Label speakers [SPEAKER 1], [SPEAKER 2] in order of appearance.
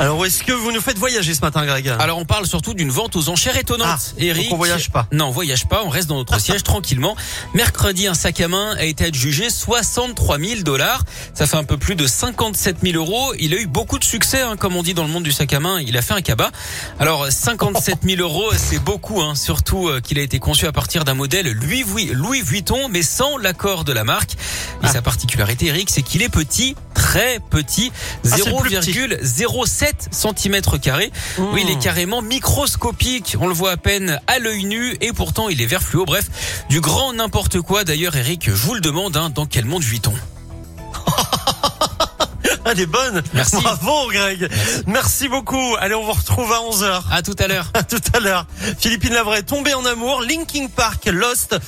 [SPEAKER 1] Alors, est-ce que vous nous faites voyager ce matin, Greg
[SPEAKER 2] Alors on parle surtout d'une vente aux enchères étonnante.
[SPEAKER 1] Ah, donc on voyage pas. Ah,
[SPEAKER 2] Non, on voyage pas, on reste dans notre siège tranquillement. Mercredi, un sac à main a été adjugé 63 000 dollars. Ça fait un peu plus de 57 000 euros. Il a eu beaucoup de succès, hein, comme on dit dans le monde du sac à main. Il a fait un cabas. Alors 57 000 euros, c'est beaucoup, hein, surtout euh, qu'il a été conçu à partir d'un modèle Louis, Vu- Louis Vuitton, mais sans l'accord de la marque. Et
[SPEAKER 1] Ah.
[SPEAKER 2] sa particularité, Eric, c'est qu'il est petit, très petit,
[SPEAKER 1] Ah, c'est le plus petit.
[SPEAKER 2] 0,07 cm. Oui, il est carrément microscopique. On le voit à peine à l'œil nu et pourtant il est vert fluo. Bref, du grand n'importe quoi. D'ailleurs, Eric, je vous le demande, hein, dans quel monde vit-on
[SPEAKER 1] Elle est bonne.
[SPEAKER 2] Merci.
[SPEAKER 1] Ah, Bravo, Greg. Merci, beaucoup. Allez, on vous retrouve à 11h.
[SPEAKER 2] À tout à l'heure.
[SPEAKER 1] À tout à l'heure. Philippine Lavray, tombée en amour. Linking Park, Lost.